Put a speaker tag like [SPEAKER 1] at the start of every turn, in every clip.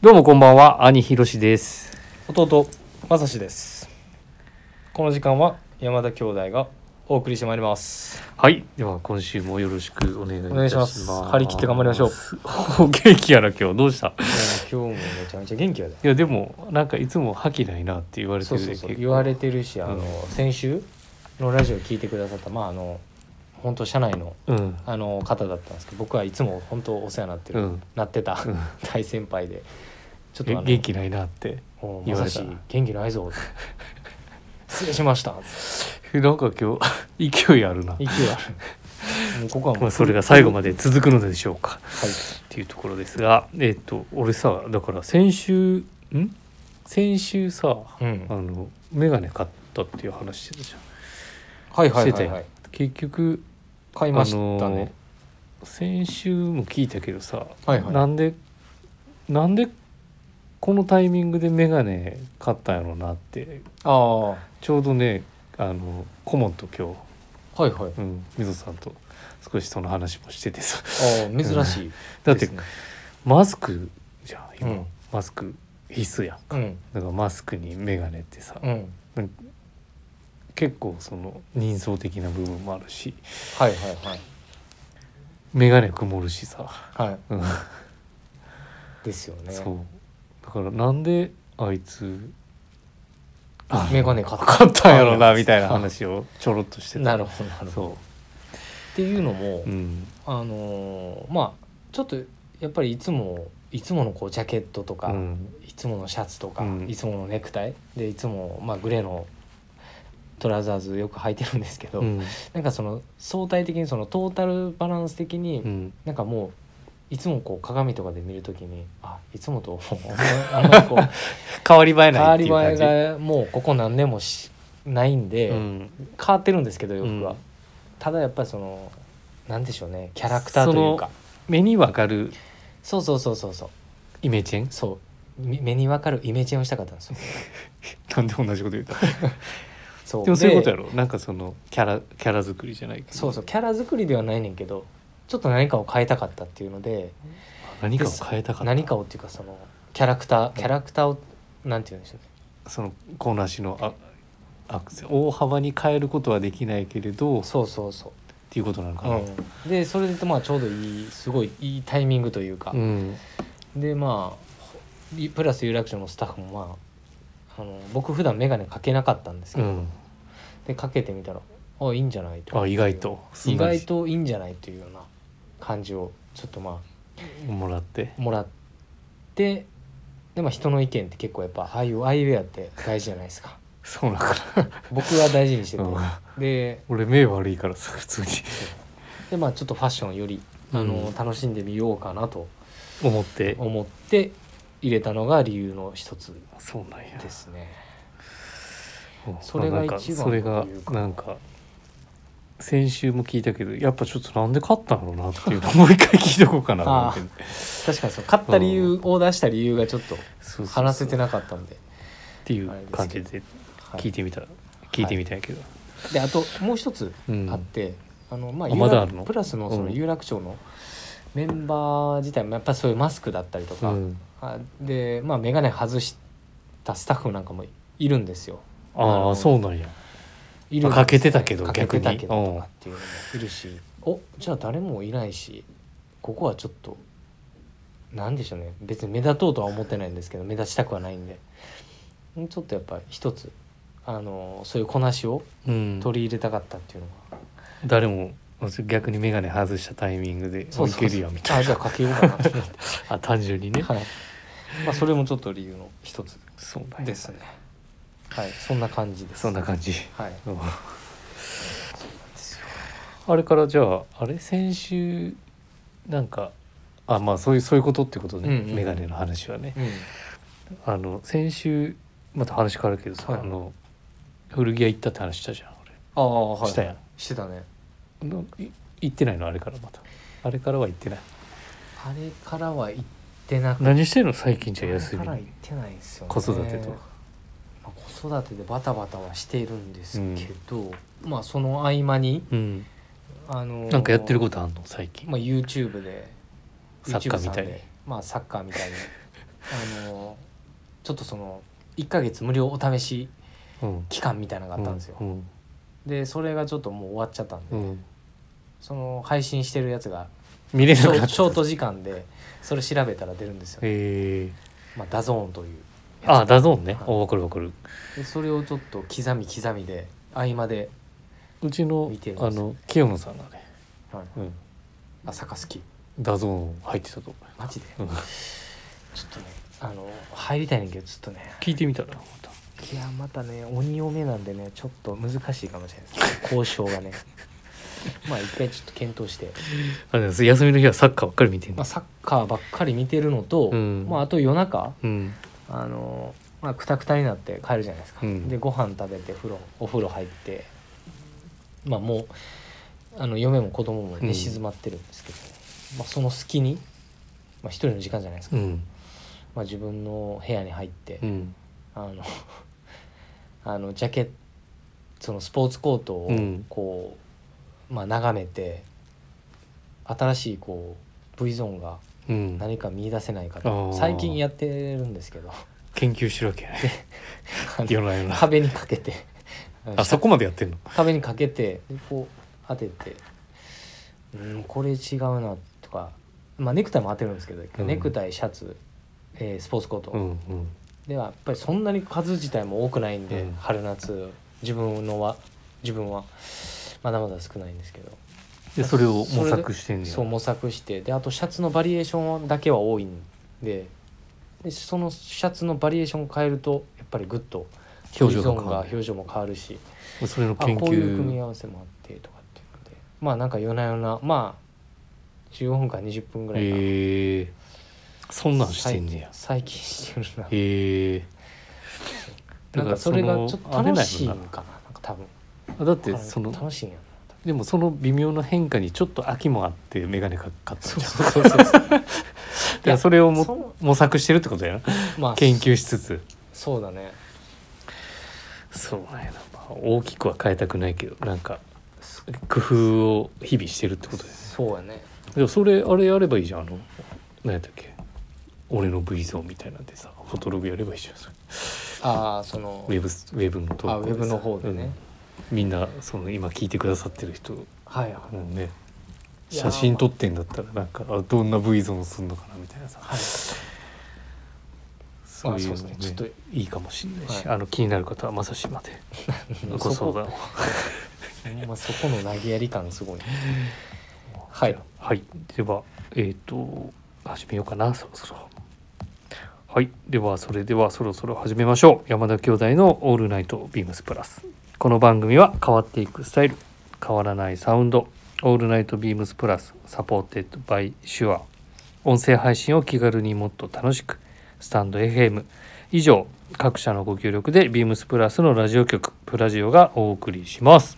[SPEAKER 1] どうもこんばんは兄ひろしです
[SPEAKER 2] 弟まさしですこの時間は山田兄弟がお送りしてまいります
[SPEAKER 1] はいでは今週もよろしくお願いいたします
[SPEAKER 2] お願いします張り切って頑張りましょう
[SPEAKER 1] お元気やな今日どうした
[SPEAKER 2] いや今日もめちゃめちゃ元気やで
[SPEAKER 1] いやでもなんかいつも覇気ないなって言われて
[SPEAKER 2] そう
[SPEAKER 1] るで
[SPEAKER 2] そうそう言われてるしあの、
[SPEAKER 1] うん
[SPEAKER 2] 先週のラジオ聞いてくださったまああの本当社内の
[SPEAKER 1] うん
[SPEAKER 2] あの方だったんですけど僕はいつも本当お世話になって
[SPEAKER 1] う
[SPEAKER 2] る、
[SPEAKER 1] ん
[SPEAKER 2] なってた、
[SPEAKER 1] うん
[SPEAKER 2] 大先輩でちょっとあ
[SPEAKER 1] え
[SPEAKER 2] の
[SPEAKER 1] 元気ないなって
[SPEAKER 2] おう
[SPEAKER 1] 言
[SPEAKER 2] ま
[SPEAKER 1] わ
[SPEAKER 2] さ
[SPEAKER 1] れた
[SPEAKER 2] し元気ないぞ失礼しました
[SPEAKER 1] えなんか今日 勢いあるな
[SPEAKER 2] 息があ るもうここはもう
[SPEAKER 1] まあそれが最後まで続くのでしょうか
[SPEAKER 2] はい
[SPEAKER 1] っていうところですがえっ、と俺さだから先週ん先週さ
[SPEAKER 2] うん
[SPEAKER 1] あの眼鏡買ったっていう話してたじゃん
[SPEAKER 2] はいは
[SPEAKER 1] し
[SPEAKER 2] い
[SPEAKER 1] て
[SPEAKER 2] は
[SPEAKER 1] た
[SPEAKER 2] い
[SPEAKER 1] よ
[SPEAKER 2] はい
[SPEAKER 1] 結局
[SPEAKER 2] 買いましたね、
[SPEAKER 1] あの先週も聞いたけどさ、
[SPEAKER 2] はいはい
[SPEAKER 1] なんでなんでこのタイミングで眼鏡買ったんやろうなって
[SPEAKER 2] あ
[SPEAKER 1] ちょうどねあの顧問と今
[SPEAKER 2] あはいはい
[SPEAKER 1] 日、うん、水野さんと少しその話もしててさ
[SPEAKER 2] ああ珍しい、
[SPEAKER 1] だって
[SPEAKER 2] ですね
[SPEAKER 1] マスクじゃん今、
[SPEAKER 2] うん
[SPEAKER 1] マスク必須やん
[SPEAKER 2] うん
[SPEAKER 1] だからマスクに眼鏡ってさ、
[SPEAKER 2] うん
[SPEAKER 1] 結構その人相的な部分もあるし
[SPEAKER 2] はいはい
[SPEAKER 1] 眼鏡曇るしさ、
[SPEAKER 2] はいはい
[SPEAKER 1] うん
[SPEAKER 2] ですよね
[SPEAKER 1] そうだからなんであいつ
[SPEAKER 2] メガネ買った
[SPEAKER 1] 買ったんやろな
[SPEAKER 2] あ
[SPEAKER 1] みたいな話をちょろっとしてた
[SPEAKER 2] なるほどなるほど
[SPEAKER 1] そ
[SPEAKER 2] っていうのも、
[SPEAKER 1] ううん
[SPEAKER 2] あのーまあちょっとやっぱりいつもいつものこうジャケットとか、
[SPEAKER 1] うん
[SPEAKER 2] いつものシャツとか、
[SPEAKER 1] うん
[SPEAKER 2] いつものネクタイでいつも、まあ、グレーのトラウザーズよく履いてるんですけど、
[SPEAKER 1] うん
[SPEAKER 2] なんかその相対的にそのトータルバランス的に、
[SPEAKER 1] うん
[SPEAKER 2] なんかもういつもこう鏡とかで見るときにあいつもと もうあんまり こう
[SPEAKER 1] 変わり映え
[SPEAKER 2] 変
[SPEAKER 1] な
[SPEAKER 2] わ
[SPEAKER 1] いっていう
[SPEAKER 2] り映
[SPEAKER 1] 感
[SPEAKER 2] え
[SPEAKER 1] じ
[SPEAKER 2] がもうここ何年もしないんで、
[SPEAKER 1] うん
[SPEAKER 2] 変わってるんですけど洋服は、
[SPEAKER 1] うん
[SPEAKER 2] ただやっぱりそのなんでしょうねキャラクターというか
[SPEAKER 1] 目にわかる
[SPEAKER 2] そうそうそうそうそう
[SPEAKER 1] イメチェン
[SPEAKER 2] そうみ目に分かるイメチェンをしたかった んですよ
[SPEAKER 1] なんで同じこと言うた
[SPEAKER 2] そう
[SPEAKER 1] でもそういうことや
[SPEAKER 2] ろ
[SPEAKER 1] ろなんかそのキャラキャラ作りじゃないけど
[SPEAKER 2] そうそうキャラ作りではないねんけどちょっと何かを変えたかったっていうので
[SPEAKER 1] 何かを変えたかった
[SPEAKER 2] 何かをっていうかそのキャラクターキャラクターをなんて言うんでしょうね
[SPEAKER 1] そのコーナーしのあアクセ大幅に変えることはできないけれどっ
[SPEAKER 2] そうそうそう
[SPEAKER 1] ていうことなのかな
[SPEAKER 2] うん、でそれでまあちょうどいいすごいいいタイミングというか、
[SPEAKER 1] うん
[SPEAKER 2] でまあリプラス有楽町のスタッフもまああの僕普段眼鏡かけなかったんですけ
[SPEAKER 1] う
[SPEAKER 2] ど、
[SPEAKER 1] ん
[SPEAKER 2] でかけてみたらあいいんじゃないと
[SPEAKER 1] あ意外と
[SPEAKER 2] 意外といいんじゃないというような感じをちょっとま
[SPEAKER 1] もらって
[SPEAKER 2] あもらってでまあ人の意見って結構やっぱああいうアイウェアって大事じゃないですか
[SPEAKER 1] そうなんか
[SPEAKER 2] 僕は大事にしてて、
[SPEAKER 1] うん
[SPEAKER 2] で
[SPEAKER 1] 俺目悪いからさ普通に
[SPEAKER 2] でまあちょっとファッションをよりあの、
[SPEAKER 1] うん
[SPEAKER 2] 楽しんでみようかなと
[SPEAKER 1] 思って
[SPEAKER 2] 思って入れたのが理由の一つ
[SPEAKER 1] そうなんや
[SPEAKER 2] ですね。
[SPEAKER 1] うん
[SPEAKER 2] それ
[SPEAKER 1] まあ
[SPEAKER 2] が
[SPEAKER 1] なんか
[SPEAKER 2] 一番
[SPEAKER 1] それが
[SPEAKER 2] というか
[SPEAKER 1] なんか先週も聞いたけどやっぱちょっとなんで勝ったんだろうなっていうのをもう一回聞いとこうかなと思ってね
[SPEAKER 2] 確かにそう買った理由を出した理由がちょっと
[SPEAKER 1] そうそうそう
[SPEAKER 2] 話せて
[SPEAKER 1] っ
[SPEAKER 2] なかったんで、
[SPEAKER 1] ていう感じで
[SPEAKER 2] はい
[SPEAKER 1] 聞いてみた聞いてみたんやけど
[SPEAKER 2] であともう一つ
[SPEAKER 1] うん
[SPEAKER 2] あって、あのまあ
[SPEAKER 1] あ
[SPEAKER 2] 有
[SPEAKER 1] ま
[SPEAKER 2] 楽
[SPEAKER 1] だあるの
[SPEAKER 2] プラスのその
[SPEAKER 1] うん
[SPEAKER 2] 有楽町のメンバー自体もやっぱりそういうマスクだったりと
[SPEAKER 1] う
[SPEAKER 2] か、
[SPEAKER 1] ん
[SPEAKER 2] あでまあ眼鏡外したスタッフなんかもいるんですよ。あ
[SPEAKER 1] ああ
[SPEAKER 2] の
[SPEAKER 1] そうなんや
[SPEAKER 2] いるんです
[SPEAKER 1] まあかけてたけど
[SPEAKER 2] かけてたけど
[SPEAKER 1] 逆に
[SPEAKER 2] とかっていうのもいるしおじゃあ誰もいないしここはちょっとなんでしょうね別に目立とうとは思ってないんですけど目立ちたくはないんでんちょっとやっぱ一つあのそういうこなしを
[SPEAKER 1] うん
[SPEAKER 2] 取り入れたかったっていうのが、
[SPEAKER 1] 誰も逆に眼鏡外したタイミングで
[SPEAKER 2] そう
[SPEAKER 1] い
[SPEAKER 2] そう
[SPEAKER 1] け
[SPEAKER 2] そ
[SPEAKER 1] る
[SPEAKER 2] う
[SPEAKER 1] やんみたい
[SPEAKER 2] あじゃあかけよう かなと思って、
[SPEAKER 1] なあ単純にね
[SPEAKER 2] はいまあ、それもちょっと理由の一つ
[SPEAKER 1] そうなんや
[SPEAKER 2] ですねはいそんな感じです
[SPEAKER 1] そんな感じ
[SPEAKER 2] はい
[SPEAKER 1] うんあれからじゃああれ先週なんかあまあそういうそういうことってことね、
[SPEAKER 2] うんうんうん
[SPEAKER 1] メガネの話はね
[SPEAKER 2] うん
[SPEAKER 1] あの先週また話変わるけどさ、
[SPEAKER 2] はい
[SPEAKER 1] あの古着屋行ったって話したじゃん
[SPEAKER 2] ああは
[SPEAKER 1] 俺
[SPEAKER 2] い
[SPEAKER 1] したや
[SPEAKER 2] してたね
[SPEAKER 1] んのい行ってないのあれからまたあれからは行ってない
[SPEAKER 2] あれからは行ってなくて
[SPEAKER 1] 何してんの最近じゃあ休
[SPEAKER 2] だ
[SPEAKER 1] み
[SPEAKER 2] から行ってないんですよね
[SPEAKER 1] 子育てと
[SPEAKER 2] まあ、子育てでバタバタはしているんですけど、まあその合間に
[SPEAKER 1] うん
[SPEAKER 2] あのー
[SPEAKER 1] なんかやってることあんの最近
[SPEAKER 2] まあ、YouTube で
[SPEAKER 1] 作家みたいに
[SPEAKER 2] YouTube さんでまあサッカーみたいにあのちょっとその1ヶ月無料お試し
[SPEAKER 1] うん
[SPEAKER 2] 期間みたいなのがあったんですよ、
[SPEAKER 1] うん
[SPEAKER 2] でそれがちょっともう終わっちゃったんで、
[SPEAKER 1] うん
[SPEAKER 2] その配信してるやつが
[SPEAKER 1] 見れな
[SPEAKER 2] シ
[SPEAKER 1] か
[SPEAKER 2] ョ
[SPEAKER 1] った
[SPEAKER 2] ショート時間でそれ調べたら出るんですよ、ね
[SPEAKER 1] え
[SPEAKER 2] まあ、ダゾーンという
[SPEAKER 1] えあダゾーンね
[SPEAKER 2] はい
[SPEAKER 1] お分かる分かる
[SPEAKER 2] でそれをちょっと刻み刻みで合間で、
[SPEAKER 1] うちの
[SPEAKER 2] 見てるん
[SPEAKER 1] あ
[SPEAKER 2] ですよ
[SPEAKER 1] の清野さんがね、
[SPEAKER 2] はい、
[SPEAKER 1] うん、
[SPEAKER 2] 朝霞好き
[SPEAKER 1] ダゾーン入ってたと思
[SPEAKER 2] マジで
[SPEAKER 1] う、うん、
[SPEAKER 2] ちょっとねあの入りたいねんけどちょっとね
[SPEAKER 1] 聞いてみたらまた
[SPEAKER 2] いやまたね鬼嫁なんでねちょっと難しいかもしれないです交渉がね まあ一回ちょっと検討して、
[SPEAKER 1] あでも休みの日はサッカーばっかり見てん
[SPEAKER 2] まあ、
[SPEAKER 1] の
[SPEAKER 2] サッカーばっかり見てるのと、
[SPEAKER 1] うん
[SPEAKER 2] まあ、あと夜中
[SPEAKER 1] うん
[SPEAKER 2] あのまあくたくたになって帰るじゃないですか、
[SPEAKER 1] うん
[SPEAKER 2] でご飯食べて風呂お風呂入ってまあもうあの嫁も子供も
[SPEAKER 1] う
[SPEAKER 2] 寝
[SPEAKER 1] ん
[SPEAKER 2] 静まってるんですけど、まあ、その隙に、まあ、一人の時間じゃないですか、
[SPEAKER 1] うん
[SPEAKER 2] まあ、自分の部屋に入って、
[SPEAKER 1] うん
[SPEAKER 2] あの あのジャケットそのスポーツコートを
[SPEAKER 1] うん
[SPEAKER 2] こう、まあ、眺めて新しいこう V ゾーンが
[SPEAKER 1] うん
[SPEAKER 2] 何か見出せないか
[SPEAKER 1] あ
[SPEAKER 2] と
[SPEAKER 1] ー
[SPEAKER 2] 最近やってるんです けど
[SPEAKER 1] 研究してるわけやね
[SPEAKER 2] あの
[SPEAKER 1] 夜な夜な
[SPEAKER 2] 壁にかけて
[SPEAKER 1] あそこまでやってんの
[SPEAKER 2] 壁にかけてこう当ててうんこれ違うなとか、まあ、ネクタイも当てるんですけど、
[SPEAKER 1] うん
[SPEAKER 2] ネクタイシャツ、えースポーツコート、
[SPEAKER 1] うんうん
[SPEAKER 2] ではやっぱりそんなに数自体も多くないんで、
[SPEAKER 1] うん
[SPEAKER 2] 春夏自分のは自分はまだまだ少ないんですけど、
[SPEAKER 1] でそれを模索してんねや
[SPEAKER 2] そう模索してであとシャツのバリエーションだけは多いんででそのシャツのバリエーションを変えるとやっぱりグッと
[SPEAKER 1] 表情が変
[SPEAKER 2] ゾーン
[SPEAKER 1] わる
[SPEAKER 2] 表情も変わるし
[SPEAKER 1] それの
[SPEAKER 2] あ
[SPEAKER 1] 研
[SPEAKER 2] こういう組み
[SPEAKER 1] 究
[SPEAKER 2] 合わせもあってとかっていうのでまあなんか夜な夜なまあ15分から20分ぐらいかな
[SPEAKER 1] へえそんなんしてんねや
[SPEAKER 2] 最近最近してるな
[SPEAKER 1] へえ
[SPEAKER 2] なんかそれがちょっと楽しいん
[SPEAKER 1] だ
[SPEAKER 2] かななんか多分
[SPEAKER 1] だってその
[SPEAKER 2] 楽しいんや
[SPEAKER 1] でもその微妙な変化にちょっと飽きもあって眼鏡かかったんじゃんだ
[SPEAKER 2] そうそうそう
[SPEAKER 1] からそれをも
[SPEAKER 2] その
[SPEAKER 1] 模索してるってことやな
[SPEAKER 2] まあ
[SPEAKER 1] 研究しつつ
[SPEAKER 2] そうだね
[SPEAKER 1] そうなんやな、まあ、大きくは変えたくないけどなんか工夫を日々してるってことだよね
[SPEAKER 2] そうやね
[SPEAKER 1] でもそれあれやればいいじゃんあの何やったっけ俺の V 像みたいなんでさフォトログやればいいじゃんそれ
[SPEAKER 2] ああその
[SPEAKER 1] ウェブウェブの投稿
[SPEAKER 2] あウェブの方でね、
[SPEAKER 1] うんみんなその今聞いてくださってる人も
[SPEAKER 2] はいはい
[SPEAKER 1] ね
[SPEAKER 2] いや
[SPEAKER 1] 写真撮ってんだったらなんかあどんな V ゾーンすんのかなみたいなさ
[SPEAKER 2] はい
[SPEAKER 1] そういうの
[SPEAKER 2] あそう
[SPEAKER 1] ね
[SPEAKER 2] ですねちょっと
[SPEAKER 1] いいかもしれないし、
[SPEAKER 2] はい
[SPEAKER 1] あの気になる方はまさしまでご相
[SPEAKER 2] そこ
[SPEAKER 1] 談を
[SPEAKER 2] ほんまそこの投げやり感 すごいねはい
[SPEAKER 1] はいではえっ、と始めようかなそろそろはいではそれではそろそろ始めましょう山田兄弟の「オールナイトビームスプラス」この番組は変わっていくスタイル変わらないサウンド「オールナイトビームスプラス」サポーテッドバイシュア音声配信を気軽にもっと楽しくスタンド FM 以上各社のご協力でビームスプラスのラジオ局プラジオがお送りします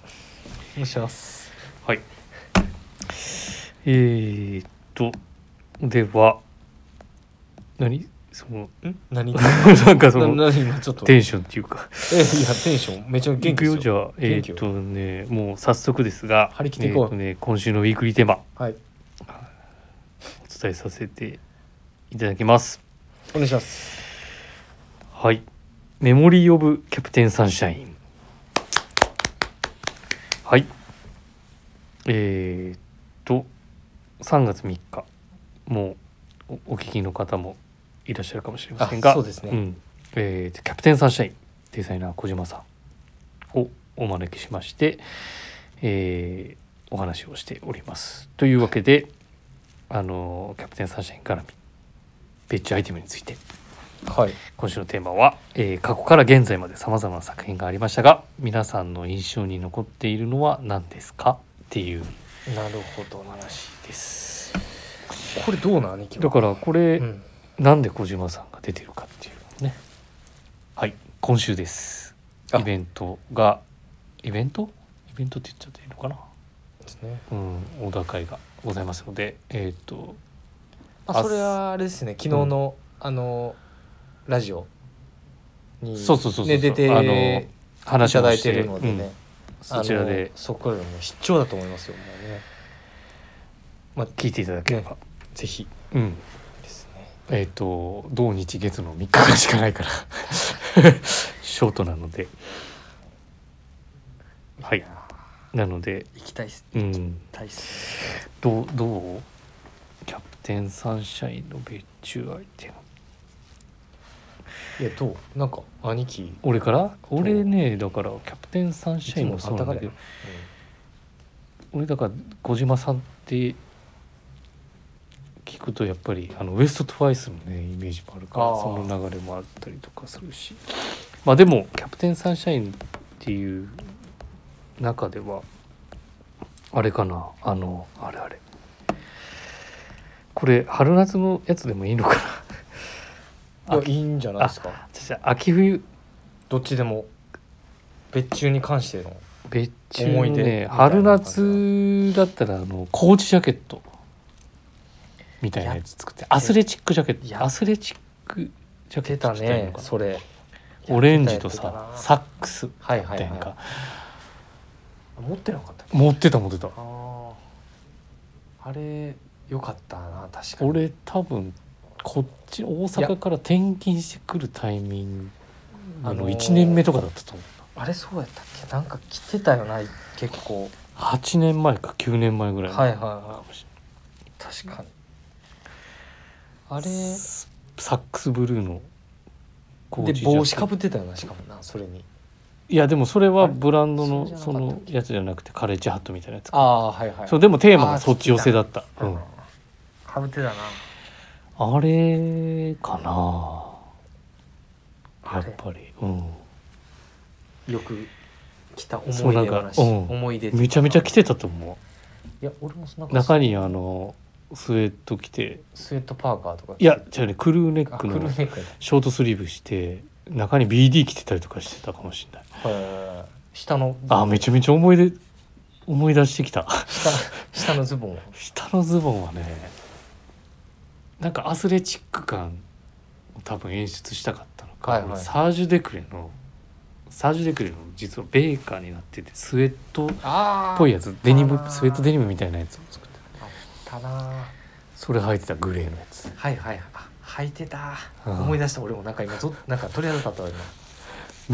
[SPEAKER 2] お願いします
[SPEAKER 1] はい。えー、っと、では、何その、
[SPEAKER 2] ん何
[SPEAKER 1] なんかその、
[SPEAKER 2] 何今ちょっと
[SPEAKER 1] テンションっていうか。
[SPEAKER 2] えいやテンションめっちゃ元
[SPEAKER 1] い
[SPEAKER 2] 気
[SPEAKER 1] く
[SPEAKER 2] で
[SPEAKER 1] よ、
[SPEAKER 2] す
[SPEAKER 1] じ
[SPEAKER 2] よ
[SPEAKER 1] ゃあ、えーっとね、もう早速ですが、
[SPEAKER 2] 張り切っていこ
[SPEAKER 1] え
[SPEAKER 2] う
[SPEAKER 1] ーっとね、今週のウィークリーテーマ、お
[SPEAKER 2] はい
[SPEAKER 1] 伝えさせていただきます。
[SPEAKER 2] お願いします
[SPEAKER 1] はい。メモリー・オブ・キャプテン・サンシャイン。はい。えー、っと、3月3日、もうおお聞きの方もいらっしゃるかもしれませんが、
[SPEAKER 2] あそうですね
[SPEAKER 1] んえーキャプテン・サンシャイン、デザイナー小島さんをお招きしまして、えーお話をしております。というわけで、あのキャプテン・サンシャイン絡み、ベッジアイテムについて。
[SPEAKER 2] はい
[SPEAKER 1] 今週のテーマは、えー過去から現在までさまざまな作品がありましたが皆さんの印象に残っているのは何ですかっていう
[SPEAKER 2] なるほどな
[SPEAKER 1] 話です
[SPEAKER 2] これどうなん兄貴は
[SPEAKER 1] だからこれ、
[SPEAKER 2] うん
[SPEAKER 1] なんで小島さんが出てるかっていうねはい今週です
[SPEAKER 2] あ
[SPEAKER 1] イベントがイベントイベントって言っちゃっていいのかな
[SPEAKER 2] ですね
[SPEAKER 1] うんオーダー会がございますのでえーっと
[SPEAKER 2] まあ、
[SPEAKER 1] あ
[SPEAKER 2] それはあれですね昨日の、あのラジオに
[SPEAKER 1] そうそうそうそう
[SPEAKER 2] ね、出て
[SPEAKER 1] あの
[SPEAKER 2] い
[SPEAKER 1] 話
[SPEAKER 2] た
[SPEAKER 1] も
[SPEAKER 2] だい
[SPEAKER 1] して
[SPEAKER 2] てるのでね、
[SPEAKER 1] うんそちらで
[SPEAKER 2] あのそこよりも必聴だと思いますよもうね
[SPEAKER 1] 聞いていただければ、
[SPEAKER 2] ぜひ
[SPEAKER 1] うん
[SPEAKER 2] ですね
[SPEAKER 1] えっ、と土日月の3日間しかないから ショートなのではい
[SPEAKER 2] や
[SPEAKER 1] なので
[SPEAKER 2] 行きたいっす
[SPEAKER 1] うん
[SPEAKER 2] 行きたいっす
[SPEAKER 1] どうどうキャプテンサンシャインの別注相手の
[SPEAKER 2] いやどうなんか兄貴
[SPEAKER 1] 俺から俺ねだからキャプテンサンシャインもそうなんだけど俺だから小島さんって聞くとやっぱりあのウエストトゥワイスのねイメージもあるから
[SPEAKER 2] あー
[SPEAKER 1] その流れもあったりとかするしまあでも「キャプテンサンシャイン」っていう中ではあれかなあのあれあれこれ春夏のやつでもいいのか な
[SPEAKER 2] うんうんいやいいんじゃないですか
[SPEAKER 1] 私秋冬
[SPEAKER 2] どっちでも別注に関しての
[SPEAKER 1] 別注
[SPEAKER 2] 思
[SPEAKER 1] の
[SPEAKER 2] い出みたい
[SPEAKER 1] ね
[SPEAKER 2] な
[SPEAKER 1] 春夏だったらあのコーチジャケットみたいなやつ作ってアスレチックジャケッ
[SPEAKER 2] い
[SPEAKER 1] ト
[SPEAKER 2] や
[SPEAKER 1] アスレチックジャケ
[SPEAKER 2] 出
[SPEAKER 1] ット
[SPEAKER 2] た
[SPEAKER 1] って言ったらいいの
[SPEAKER 2] ね
[SPEAKER 1] かな
[SPEAKER 2] それ
[SPEAKER 1] オレンジと
[SPEAKER 2] やってた
[SPEAKER 1] さ
[SPEAKER 2] な
[SPEAKER 1] サックスみ
[SPEAKER 2] はいは
[SPEAKER 1] た
[SPEAKER 2] い
[SPEAKER 1] いな
[SPEAKER 2] は
[SPEAKER 1] の
[SPEAKER 2] い
[SPEAKER 1] が
[SPEAKER 2] あ持ってなかったっけ
[SPEAKER 1] 持ってた持ってた
[SPEAKER 2] あーあれよかったな確かに
[SPEAKER 1] 俺多分こっち大阪から転勤してくるタイミング
[SPEAKER 2] あ
[SPEAKER 1] の
[SPEAKER 2] の
[SPEAKER 1] 1年目とかだったと思う
[SPEAKER 2] あれそうやったっけなんか着てたよな結構
[SPEAKER 1] 8年前か9年前ぐらいの
[SPEAKER 2] はいはいは
[SPEAKER 1] かもしれ
[SPEAKER 2] い確かにあれ
[SPEAKER 1] ないサックスブルーのコー
[SPEAKER 2] で
[SPEAKER 1] チジャケット
[SPEAKER 2] 帽子かぶってたよなしかもなそれに
[SPEAKER 1] いやでもそれは
[SPEAKER 2] あれ
[SPEAKER 1] ブランドのそ
[SPEAKER 2] それじゃなかった
[SPEAKER 1] の
[SPEAKER 2] っけ
[SPEAKER 1] やつじゃなくてカレッジハットみたいなやつ
[SPEAKER 2] ああはいはい
[SPEAKER 1] そうでもテーマがそっち寄せだったあ,、う
[SPEAKER 2] うんん、かぶってたな
[SPEAKER 1] あれかなや
[SPEAKER 2] あ
[SPEAKER 1] っ
[SPEAKER 2] れ
[SPEAKER 1] ぱり、うん、
[SPEAKER 2] よく着た
[SPEAKER 1] そう
[SPEAKER 2] 思
[SPEAKER 1] ないん
[SPEAKER 2] 出
[SPEAKER 1] か
[SPEAKER 2] 話、
[SPEAKER 1] うん
[SPEAKER 2] 思い出
[SPEAKER 1] めちゃめちゃ着
[SPEAKER 2] い
[SPEAKER 1] てたと思
[SPEAKER 2] や俺もそんな
[SPEAKER 1] う中にあのスウェット着て
[SPEAKER 2] スウェットパーカーとか着て
[SPEAKER 1] いや違うねクルーネッ
[SPEAKER 2] あ
[SPEAKER 1] ク
[SPEAKER 2] クルー
[SPEAKER 1] の
[SPEAKER 2] ネックやっ
[SPEAKER 1] ショートスリーブして中に BD 着てたりとかしてたかもしれない
[SPEAKER 2] たはいはいはい下の
[SPEAKER 1] あめちゃめちゃ思い出思い出してきた
[SPEAKER 2] 下下のズボンは
[SPEAKER 1] 下のズボンはねなんかアスレチック感を多分演出したかったのか、
[SPEAKER 2] はいはい
[SPEAKER 1] サージュ・デクレのサージュ・デクレの実はベーカーになっててスウェットっ
[SPEAKER 2] あ あ
[SPEAKER 1] ぽいやつデニムスウェットデ
[SPEAKER 2] ニ
[SPEAKER 1] ニムみたいなやつを作って
[SPEAKER 2] ムあったな
[SPEAKER 1] それ履いてたグレーのやつ
[SPEAKER 2] はいはいはいあ履いてた
[SPEAKER 1] うん
[SPEAKER 2] 思い出した俺もなんか今ぞなんか取り当たったわ今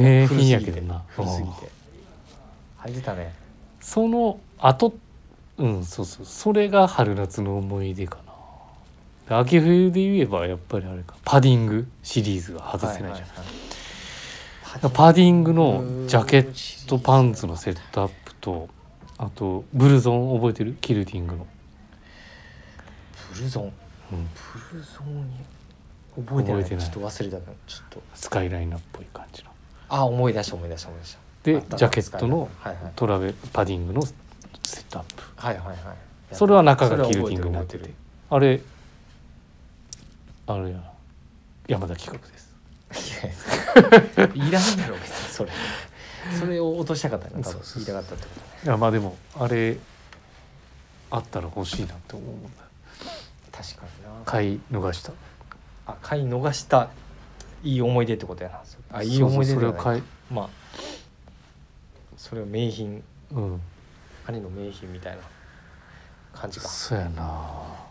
[SPEAKER 1] 名品
[SPEAKER 2] 古すぎ
[SPEAKER 1] や
[SPEAKER 2] て
[SPEAKER 1] けどな
[SPEAKER 2] 古すぎ
[SPEAKER 1] うん
[SPEAKER 2] て履いてたね
[SPEAKER 1] その後うんそうそうそれが春夏の思い出かな秋冬で言えばやっぱりあれかパディングシリーズは外せないじゃん、
[SPEAKER 2] はいはいはい
[SPEAKER 1] パディングのジャケッとパンツのセットアップとあとブルゾン覚えてるキルティングの、
[SPEAKER 2] ブルゾン
[SPEAKER 1] うん、
[SPEAKER 2] ブルゾンに覚えてな
[SPEAKER 1] 覚
[SPEAKER 2] い
[SPEAKER 1] えてない
[SPEAKER 2] ちょっと忘れたからちょっと
[SPEAKER 1] スカイライナーっぽい感じの
[SPEAKER 2] あ思い出した思い出した思い出したあ
[SPEAKER 1] で
[SPEAKER 2] ったな
[SPEAKER 1] ジャケットの
[SPEAKER 2] はいはい
[SPEAKER 1] トラベルパディングのセットアップ
[SPEAKER 2] はいはいはい
[SPEAKER 1] それは中
[SPEAKER 2] それ
[SPEAKER 1] が
[SPEAKER 2] は
[SPEAKER 1] キル
[SPEAKER 2] 覚
[SPEAKER 1] ティ
[SPEAKER 2] え
[SPEAKER 1] ン
[SPEAKER 2] る
[SPEAKER 1] グになっ
[SPEAKER 2] 覚
[SPEAKER 1] て
[SPEAKER 2] え
[SPEAKER 1] て
[SPEAKER 2] る
[SPEAKER 1] あれあれやな山田企画です
[SPEAKER 2] いやいらんやろ別にそれそれを落としたかったな多
[SPEAKER 1] そう
[SPEAKER 2] 分
[SPEAKER 1] そうそう
[SPEAKER 2] 言いたかったってことね
[SPEAKER 1] いやまあでもあれあったら欲しいなって思うんだ
[SPEAKER 2] 確かにな
[SPEAKER 1] 買い逃した
[SPEAKER 2] あ買い逃したいい思い出ってことやなそれあいい思い出
[SPEAKER 1] そうそ
[SPEAKER 2] じゃ
[SPEAKER 1] うそれを
[SPEAKER 2] ない
[SPEAKER 1] 買い
[SPEAKER 2] まあそれを名品
[SPEAKER 1] うん
[SPEAKER 2] 兄の名品みたいな感じか
[SPEAKER 1] そうやなだか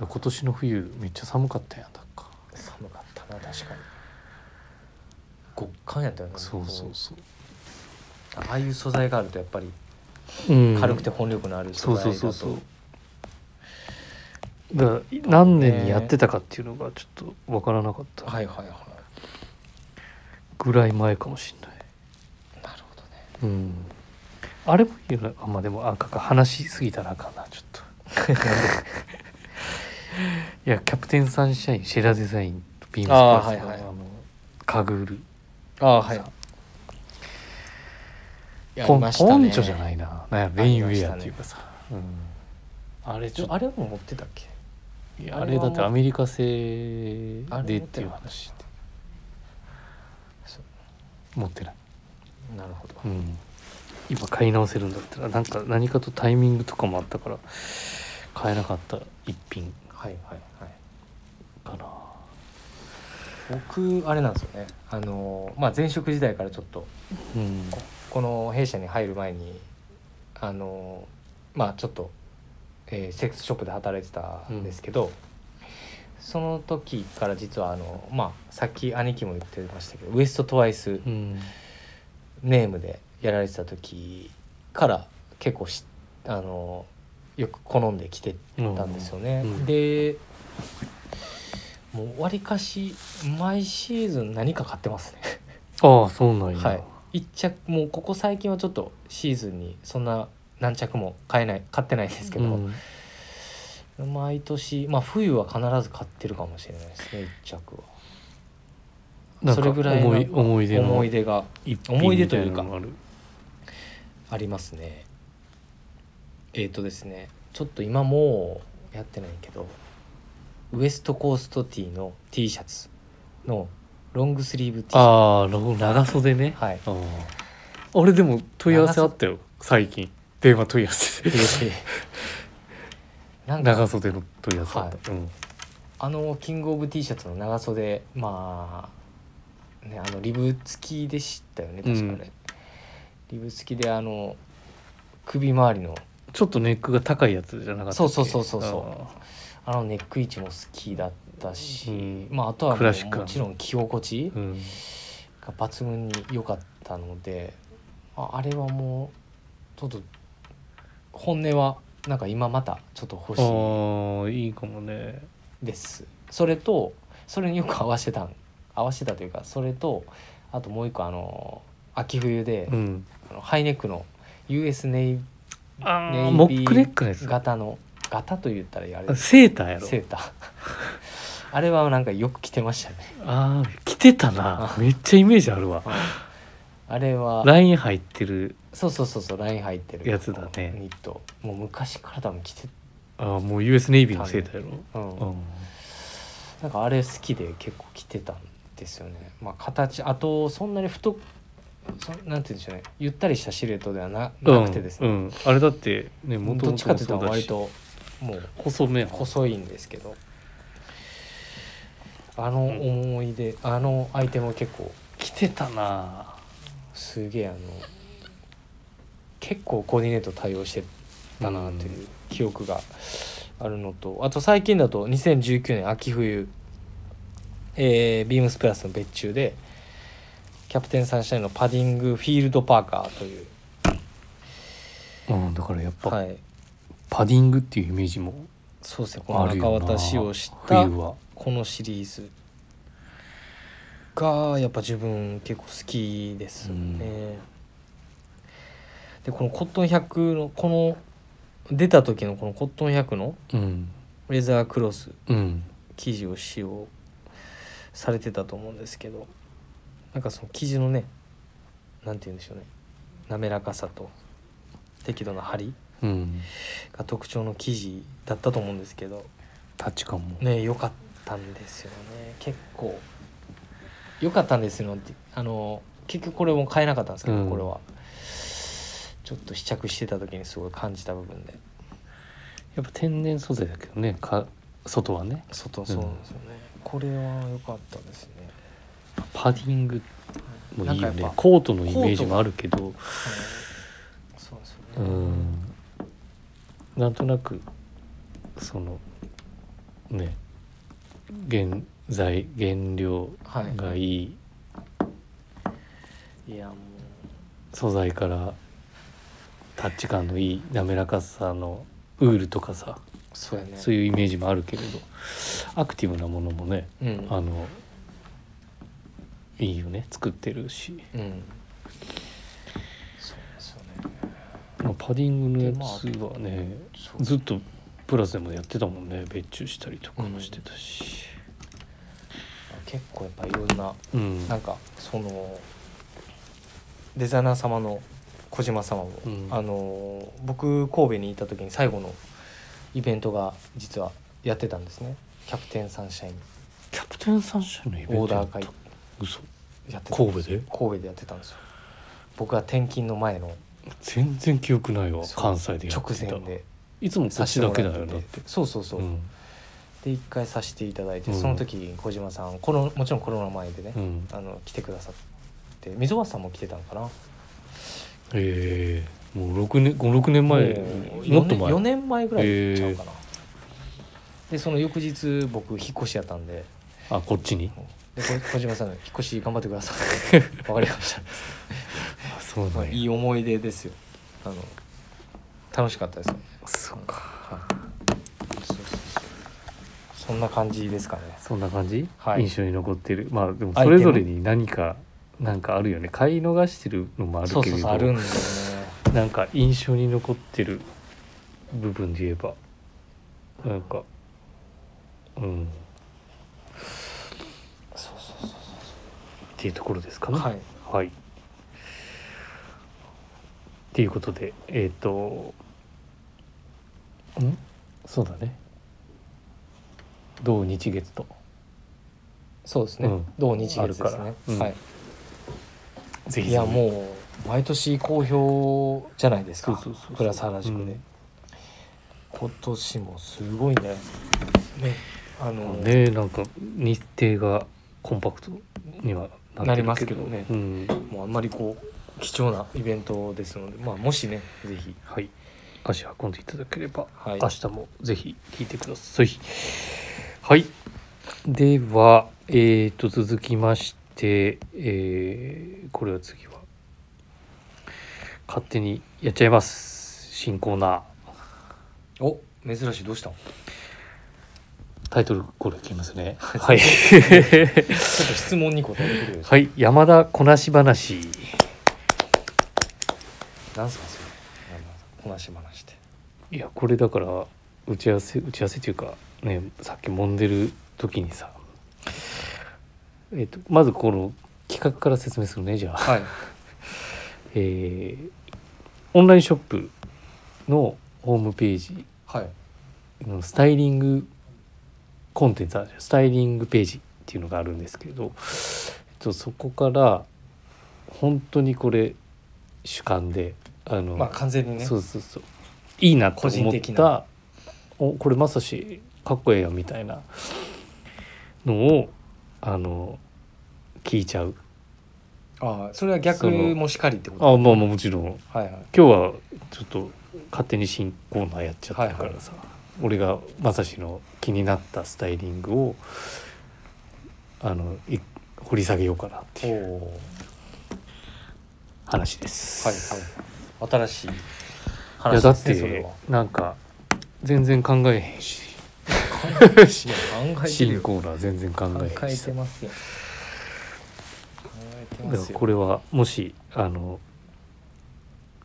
[SPEAKER 1] ら今年の冬めっちゃ寒かったやんだっか
[SPEAKER 2] 寒かったな確かに極寒やったよね
[SPEAKER 1] そうそうそう
[SPEAKER 2] ああいう素材があるとやっぱり
[SPEAKER 1] うん
[SPEAKER 2] 軽くて本力のある
[SPEAKER 1] そ
[SPEAKER 2] 素
[SPEAKER 1] うそ
[SPEAKER 2] 材
[SPEAKER 1] う
[SPEAKER 2] だ
[SPEAKER 1] そ
[SPEAKER 2] と
[SPEAKER 1] うそうだから何年にやってたかっていうのがちょっとわからなかった
[SPEAKER 2] はいはいはい
[SPEAKER 1] ぐらい前かもしれない、
[SPEAKER 2] なるほどね
[SPEAKER 1] うん、あれもいいよねあまあでもあかか話しすぎたらあかんなちょっ といやキャプテンサンシャインシェラデザインとビームスプラスの
[SPEAKER 2] あーはいはい
[SPEAKER 1] あのカグール
[SPEAKER 2] ああはいや
[SPEAKER 1] ポ
[SPEAKER 2] り
[SPEAKER 1] ン
[SPEAKER 2] ましたね
[SPEAKER 1] ポンチョじゃないななんやレインウェアっていうかさ、うん、あれち
[SPEAKER 2] ち
[SPEAKER 1] ょ
[SPEAKER 2] ょ
[SPEAKER 1] っと
[SPEAKER 2] あれも持ってたっけ
[SPEAKER 1] いやあ
[SPEAKER 2] あ
[SPEAKER 1] れ
[SPEAKER 2] れは
[SPEAKER 1] だ
[SPEAKER 2] もう
[SPEAKER 1] ってアメリカ製
[SPEAKER 2] あ
[SPEAKER 1] で
[SPEAKER 2] れ
[SPEAKER 1] っ
[SPEAKER 2] 持ってて
[SPEAKER 1] いう
[SPEAKER 2] なかった
[SPEAKER 1] 話で
[SPEAKER 2] そ
[SPEAKER 1] 持ってない、
[SPEAKER 2] うなるほど
[SPEAKER 1] うん、今買い直せるんだったらなんか何かとタイミングとかもあったから買えなかった一品
[SPEAKER 2] はいはいはい
[SPEAKER 1] かな
[SPEAKER 2] 僕あれなんですよねあのまあ前職時代からちょっと
[SPEAKER 1] うん
[SPEAKER 2] ここの弊社に入る前にあのまあちょっと、えーセックスショップで働いてたんですけど、その時から実はあの、まあ、さっき兄貴も言ってましたけどウエストトワイス
[SPEAKER 1] うん
[SPEAKER 2] ネームでやられてた時から結構しあのよく好んできてたんですよね。
[SPEAKER 1] うん
[SPEAKER 2] でもうわりかし毎シーズン何か買ってますね。
[SPEAKER 1] ああそうなんや、
[SPEAKER 2] はい、一着もうここ最近はちょっとシーズンにそんな何着も買えない買ってないんですけ
[SPEAKER 1] う
[SPEAKER 2] ど、
[SPEAKER 1] ん、
[SPEAKER 2] 毎年まあ冬は必ず買ってるかもしれないですね一着は
[SPEAKER 1] なん
[SPEAKER 2] そ
[SPEAKER 1] か
[SPEAKER 2] れぐらいの
[SPEAKER 1] 思い思い出の
[SPEAKER 2] 思い出が
[SPEAKER 1] 一品
[SPEAKER 2] 思い出というか
[SPEAKER 1] みたなのがある
[SPEAKER 2] ありますねえっ、とですねちょっと今もうやってないけどウエストコーストティーの T シャツのロングスリーブ T シャ
[SPEAKER 1] ああロ長袖ね
[SPEAKER 2] ツはい
[SPEAKER 1] ああ俺でも問い合わせあったよ最近電話問い合わせ
[SPEAKER 2] 嬉 しいなんか
[SPEAKER 1] 長袖の問い合わせあった、うん
[SPEAKER 2] あのキングオブ T シャツの長袖まあねあのリブ付きでしたよね確かね、リブ付きであの首周りの
[SPEAKER 1] ちょっとネックが高いやつじゃなかったっけ
[SPEAKER 2] そうそうそうそうそう
[SPEAKER 1] あ
[SPEAKER 2] あのネック位置も好きだったし、
[SPEAKER 1] うん
[SPEAKER 2] まあ、あとは
[SPEAKER 1] ク
[SPEAKER 2] も
[SPEAKER 1] ラ
[SPEAKER 2] う
[SPEAKER 1] シックな
[SPEAKER 2] もちろん着心地
[SPEAKER 1] あうん
[SPEAKER 2] が抜群に良かったので、ああれはもうちょっと本音はなんか今またちょっと欲し
[SPEAKER 1] ああいいかもね
[SPEAKER 2] いですそれとそれによく合わせたん合わせたというかそれとあともう一個あの秋冬で、
[SPEAKER 1] うん
[SPEAKER 2] あのハイネックの US ネイ
[SPEAKER 1] あ
[SPEAKER 2] ネイ
[SPEAKER 1] あ
[SPEAKER 2] ビー
[SPEAKER 1] モックネックのやつ
[SPEAKER 2] 型の型と言ったらあれです
[SPEAKER 1] セーターやろ
[SPEAKER 2] セー ターあれはなんかよく着てましたね
[SPEAKER 1] ああ着てたなめっちゃイメージあるわ
[SPEAKER 2] あれは
[SPEAKER 1] ライン入ってる
[SPEAKER 2] そうそうそうそうライン入ってる
[SPEAKER 1] やつだね
[SPEAKER 2] ニットもう昔から多分着て
[SPEAKER 1] ああもう US ネイビーのセーターやろ
[SPEAKER 2] うん、
[SPEAKER 1] うん
[SPEAKER 2] なんかあれ好きで結構着てたんですよねまあ形あとそんなに太くそなんて言うんでしょうねゆったりしたシルエットではななくてです
[SPEAKER 1] う
[SPEAKER 2] ね、
[SPEAKER 1] んうん、あれだってね
[SPEAKER 2] もう
[SPEAKER 1] 元
[SPEAKER 2] ど
[SPEAKER 1] 々も
[SPEAKER 2] っちかっていう
[SPEAKER 1] そ
[SPEAKER 2] と
[SPEAKER 1] うだ
[SPEAKER 2] 割
[SPEAKER 1] し
[SPEAKER 2] ともう
[SPEAKER 1] 細めやん
[SPEAKER 2] 細いんですけどあの
[SPEAKER 1] ん
[SPEAKER 2] 思い出、あのアイテムは結構
[SPEAKER 1] 着てたな
[SPEAKER 2] すげえあの結構コーディネート対応してたなという記憶があるのと、あと最近だと2019年秋冬、えービームスプラスの別注でキャプテンサンシャインのパディングフィールドパーカーという、
[SPEAKER 1] うんだからやっぱ、
[SPEAKER 2] はい、
[SPEAKER 1] パディングっていうイメージも
[SPEAKER 2] そうですねこの
[SPEAKER 1] あるよ
[SPEAKER 2] 中
[SPEAKER 1] な
[SPEAKER 2] 渡しをした
[SPEAKER 1] 冬は
[SPEAKER 2] このシリーズがやっぱ自分結構好きですね、
[SPEAKER 1] うん
[SPEAKER 2] でこのコットン100のこの出た時のこのコットン100の
[SPEAKER 1] うん
[SPEAKER 2] レザークロス
[SPEAKER 1] うん
[SPEAKER 2] 生地を使用されてたと思うんですけどなんかその生地のねなんて言うんでしょうね滑らかさと適度な張り
[SPEAKER 1] うん
[SPEAKER 2] が特徴の生地だったと思うんですけど
[SPEAKER 1] タッチ感も、
[SPEAKER 2] ね良かったんですよね結構良かったんですよってあの結局これも買えなかったんですけど、
[SPEAKER 1] うん
[SPEAKER 2] これはちょっと試着してた時にすごい感じた部分で
[SPEAKER 1] やっぱ天然素材だけどねか外はね
[SPEAKER 2] 外
[SPEAKER 1] ん
[SPEAKER 2] そうなんですよね、これは良かったですね
[SPEAKER 1] パディングもいいよ
[SPEAKER 2] なんかや
[SPEAKER 1] ね
[SPEAKER 2] っぱ
[SPEAKER 1] コートのイメージもあるけど
[SPEAKER 2] あのそうです
[SPEAKER 1] う
[SPEAKER 2] よね、
[SPEAKER 1] んなんとなくそのね原材原料
[SPEAKER 2] は
[SPEAKER 1] がいい
[SPEAKER 2] いいやもう
[SPEAKER 1] 素材からタッチ感のいい滑らかさのウールとかさ
[SPEAKER 2] そうやね
[SPEAKER 1] そういうイメージもあるけれどアクティブなものもね
[SPEAKER 2] うん
[SPEAKER 1] あのいいよね作ってるし
[SPEAKER 2] うんそうなんですよね
[SPEAKER 1] まあパディングのや
[SPEAKER 2] でまあ
[SPEAKER 1] つはね
[SPEAKER 2] そう
[SPEAKER 1] ずっとプラスでもやってたもんね別注したりとかもしてたし、
[SPEAKER 2] 結構やっぱいろんな
[SPEAKER 1] うん
[SPEAKER 2] なんかそのデザイナー様の小島様も、
[SPEAKER 1] うん
[SPEAKER 2] あの僕神戸にいた時に最後のイベントが実はやってたんですねキャプテンサンシャイン
[SPEAKER 1] キャプテンサンシャインのイベ
[SPEAKER 2] オ
[SPEAKER 1] ン
[SPEAKER 2] ー
[SPEAKER 1] トや
[SPEAKER 2] ダ
[SPEAKER 1] っ
[SPEAKER 2] ー
[SPEAKER 1] た
[SPEAKER 2] 会
[SPEAKER 1] 嘘
[SPEAKER 2] やってた
[SPEAKER 1] 神戸で
[SPEAKER 2] 神戸でやってたんですよ僕は転勤の前の
[SPEAKER 1] 全然記憶ないわ
[SPEAKER 2] そう
[SPEAKER 1] 関西でや
[SPEAKER 2] 直
[SPEAKER 1] ってた
[SPEAKER 2] 前で
[SPEAKER 1] いつもこっちだけだよだって
[SPEAKER 2] そうそうそう、
[SPEAKER 1] うん
[SPEAKER 2] で一回させていただいて、
[SPEAKER 1] うん
[SPEAKER 2] その時に小島さんこのもちろんコロナ前でね、
[SPEAKER 1] うん
[SPEAKER 2] あの来てくださって溝端さんも来てたのかな
[SPEAKER 1] ええもう6年56年前
[SPEAKER 2] もう
[SPEAKER 1] もっと
[SPEAKER 2] 4
[SPEAKER 1] 前
[SPEAKER 2] 年前ぐらいちゃうかな、でその翌日僕引っ越しやったんで
[SPEAKER 1] あこっちに
[SPEAKER 2] でこ小島さんが「引っ越し頑張ってくださ い」わかりました」
[SPEAKER 1] あそう
[SPEAKER 2] ま
[SPEAKER 1] な
[SPEAKER 2] あ
[SPEAKER 1] んや
[SPEAKER 2] いい思い出ですよあの楽しかったですよ
[SPEAKER 1] そうか
[SPEAKER 2] はいそうそうそうそんな感じですかね
[SPEAKER 1] そんな感じ、
[SPEAKER 2] はい
[SPEAKER 1] 印象に残ってるまあでも
[SPEAKER 2] ア
[SPEAKER 1] そ
[SPEAKER 2] イテム
[SPEAKER 1] れぞれに何かなんかあるよね買い逃してるのもあるけ
[SPEAKER 2] そう
[SPEAKER 1] れど
[SPEAKER 2] そうそうあるんだよね
[SPEAKER 1] なんか印象に残ってる部分で言えばなんかうん
[SPEAKER 2] そうそうそ
[SPEAKER 1] っていうところですかね
[SPEAKER 2] はい、
[SPEAKER 1] はい。っていうことで、えっ、と、んそうだね。同日月と。
[SPEAKER 2] そうですね、
[SPEAKER 1] うん
[SPEAKER 2] 同日月です
[SPEAKER 1] あるから
[SPEAKER 2] ね、
[SPEAKER 1] うん
[SPEAKER 2] はい
[SPEAKER 1] ぜ
[SPEAKER 2] いやもう毎年好評じゃないですか
[SPEAKER 1] そうそうそうそう
[SPEAKER 2] プラス原宿で、
[SPEAKER 1] うん
[SPEAKER 2] 今年もすごいねねあの
[SPEAKER 1] うね、なんか日程がコンパクトには
[SPEAKER 2] なりますけどね
[SPEAKER 1] うん。
[SPEAKER 2] もうあんまりこう貴重なイベントですので、まあ、もしねぜひ
[SPEAKER 1] はい。足運んでいただければ、
[SPEAKER 2] はい
[SPEAKER 1] 明日もぜひ聞いてください。はい。では、えー、と続きまして、えーこれは次は勝手にやっちゃいます新コーナー
[SPEAKER 2] お珍しいどうしたの
[SPEAKER 1] タイトルコールいきます ね。はい。
[SPEAKER 2] ちょっと質問に答えてくれる
[SPEAKER 1] はい山田こなし話
[SPEAKER 2] なんすかそれなんだこなし話って
[SPEAKER 1] いやこれだから打ち合わせ打ち合わせというかねさっき揉んでる時にさえっ、とまずこの企画から説明するねじゃあ。
[SPEAKER 2] はい
[SPEAKER 1] えーオンラインショップのホームページ
[SPEAKER 2] はい
[SPEAKER 1] のスタイリングコンテンツあるじゃんスタイリングページっていうのがあるんですけど、えっと、そこから本当にこれ主観であの、
[SPEAKER 2] まあ完全にね
[SPEAKER 1] そうそうそういいなと
[SPEAKER 2] 個人
[SPEAKER 1] 思っ
[SPEAKER 2] 的
[SPEAKER 1] た
[SPEAKER 2] な
[SPEAKER 1] おこれまさしかっこええやんみたいなのをあの聞いちゃう
[SPEAKER 2] ああそれは逆
[SPEAKER 1] その
[SPEAKER 2] もしかりってこと
[SPEAKER 1] あまあまあもちろん
[SPEAKER 2] はいはい
[SPEAKER 1] 今日はちょっと勝手に新コーナーやっちゃったか
[SPEAKER 2] はいは
[SPEAKER 1] ら
[SPEAKER 2] い
[SPEAKER 1] さ、俺がまさしの気になったスタイリングをあのい掘り下げようかなって
[SPEAKER 2] お
[SPEAKER 1] いう
[SPEAKER 2] お
[SPEAKER 1] 話です。
[SPEAKER 2] はいはい新しい
[SPEAKER 1] いや
[SPEAKER 2] 話
[SPEAKER 1] だ
[SPEAKER 2] で
[SPEAKER 1] っ
[SPEAKER 2] すねそれ
[SPEAKER 1] て
[SPEAKER 2] は
[SPEAKER 1] なんか全然考えへんし
[SPEAKER 2] いや考えてる
[SPEAKER 1] 新
[SPEAKER 2] よ考
[SPEAKER 1] コーナー全然考えへん
[SPEAKER 2] え
[SPEAKER 1] しさ
[SPEAKER 2] て
[SPEAKER 1] だ
[SPEAKER 2] ますよ考えてま
[SPEAKER 1] から
[SPEAKER 2] すよ
[SPEAKER 1] これはもしあの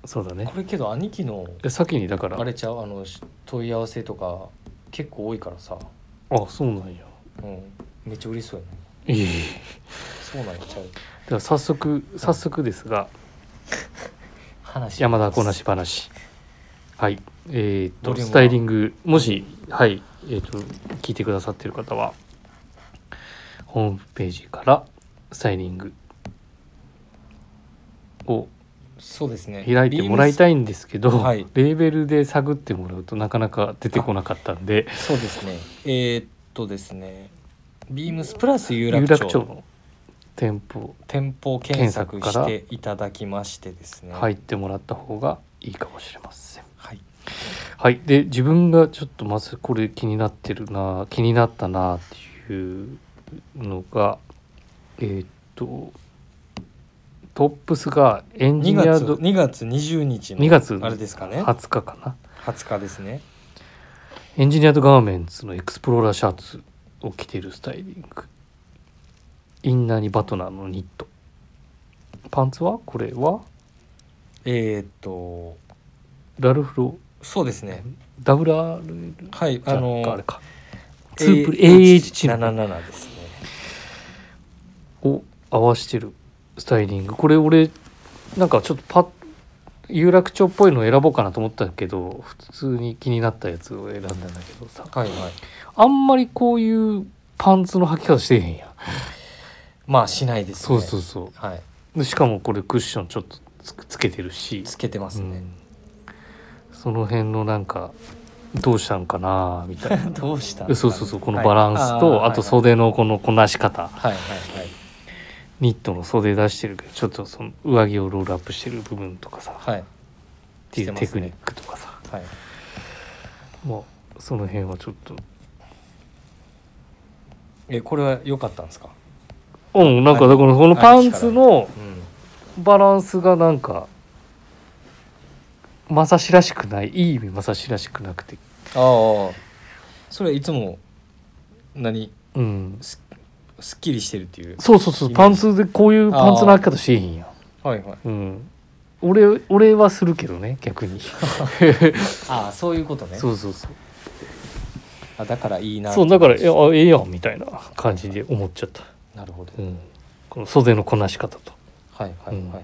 [SPEAKER 1] そうだね
[SPEAKER 2] これけど兄貴の
[SPEAKER 1] で先にだから
[SPEAKER 2] あれちゃうあのし問い合わせとか結構多いからさ、
[SPEAKER 1] あそうなんや
[SPEAKER 2] うん、めっちゃ嬉しそうやね
[SPEAKER 1] いい
[SPEAKER 2] そうなんやちゃう
[SPEAKER 1] では早速早速ですが、
[SPEAKER 2] 話
[SPEAKER 1] 山田こなし話はいえー、
[SPEAKER 2] ボ
[SPEAKER 1] と
[SPEAKER 2] リュームは
[SPEAKER 1] スタイリングもしはいえー、と聞いてくださってる方はホームページからスタイリングを
[SPEAKER 2] そうですね
[SPEAKER 1] 開いてもらいたいんですけど、
[SPEAKER 2] はい
[SPEAKER 1] レーベルで探ってもらうとなかなか出てこなかったんで
[SPEAKER 2] そうですねえーっとですねビームスプラス有
[SPEAKER 1] 有
[SPEAKER 2] 楽
[SPEAKER 1] 楽
[SPEAKER 2] 町
[SPEAKER 1] 町の店舗
[SPEAKER 2] 店舗検索
[SPEAKER 1] 検索
[SPEAKER 2] し
[SPEAKER 1] から
[SPEAKER 2] ていただきましてですね
[SPEAKER 1] 入ってもらった方がいいかもしれません
[SPEAKER 2] はい
[SPEAKER 1] はい、で自分がちょっとまずこれ気になってるな気になったなっていうのがえーっとトップスがエンジ
[SPEAKER 2] 2
[SPEAKER 1] ニア
[SPEAKER 2] 月
[SPEAKER 1] ド
[SPEAKER 2] 2月20日の
[SPEAKER 1] 2月
[SPEAKER 2] あれですかね
[SPEAKER 1] 20日かな
[SPEAKER 2] 20日ですね
[SPEAKER 1] エンジニアドガーメンツのエクスプローラーシャツを着てるスタイリングインナーにバトナーのニットパンツはこれは
[SPEAKER 2] えーっと
[SPEAKER 1] ラルフロ
[SPEAKER 2] そうですね
[SPEAKER 1] ダブル RL
[SPEAKER 2] は
[SPEAKER 1] じ
[SPEAKER 2] い
[SPEAKER 1] ゃ
[SPEAKER 2] あ
[SPEAKER 1] あ
[SPEAKER 2] の
[SPEAKER 1] あれかツープレ AH チーム
[SPEAKER 2] 77ですね
[SPEAKER 1] を合わしてるスタイリングこれ俺なんかちょっとパッ有楽町っぽいの選ぼうかなと思ったけど普通に気になったやつを選んだんだけどさ
[SPEAKER 2] はいはい
[SPEAKER 1] あんまりこういうパンツの履き方してへんやん
[SPEAKER 2] まあしないです
[SPEAKER 1] そ
[SPEAKER 2] ね
[SPEAKER 1] うそうそ
[SPEAKER 2] は
[SPEAKER 1] うでしかもこれクッションちょっとつつけてるし
[SPEAKER 2] いつけてます
[SPEAKER 1] う
[SPEAKER 2] ね
[SPEAKER 1] ん、その辺のなんかどうしたんかなみたいな
[SPEAKER 2] どうした
[SPEAKER 1] そうそうそうこのバランスと、あと袖のこのこなし方、
[SPEAKER 2] はいはいはい
[SPEAKER 1] ニットの袖出してるけどちょっとその上着をロールアップしてる部分とかさ、
[SPEAKER 2] はい
[SPEAKER 1] ってい
[SPEAKER 2] して
[SPEAKER 1] う
[SPEAKER 2] ま
[SPEAKER 1] テ
[SPEAKER 2] す
[SPEAKER 1] クニッ
[SPEAKER 2] ね
[SPEAKER 1] クとかさ
[SPEAKER 2] はい
[SPEAKER 1] まあその辺はちょっと
[SPEAKER 2] えこれは良かったんですか、
[SPEAKER 1] うんなんかだからこのパンツの
[SPEAKER 2] うん、
[SPEAKER 1] バランスがなんかまさしらしくないいい意味まさしらしくなくて
[SPEAKER 2] ああそれいつも何
[SPEAKER 1] うん
[SPEAKER 2] すっきりしてるっていう
[SPEAKER 1] そうそうそう
[SPEAKER 2] イメージ
[SPEAKER 1] パンツでこういうパンツの開き方しえへんやん
[SPEAKER 2] はいはい
[SPEAKER 1] うん俺俺はするけどね逆 に
[SPEAKER 2] ああそういうことね
[SPEAKER 1] そうそうそう
[SPEAKER 2] あだからいいな
[SPEAKER 1] そうだからいや
[SPEAKER 2] よ
[SPEAKER 1] あええやんみたいな感じで思っちゃった、
[SPEAKER 2] なるほど、
[SPEAKER 1] うん、この袖のこなし方と
[SPEAKER 2] はいはいはい、
[SPEAKER 1] うん
[SPEAKER 2] なる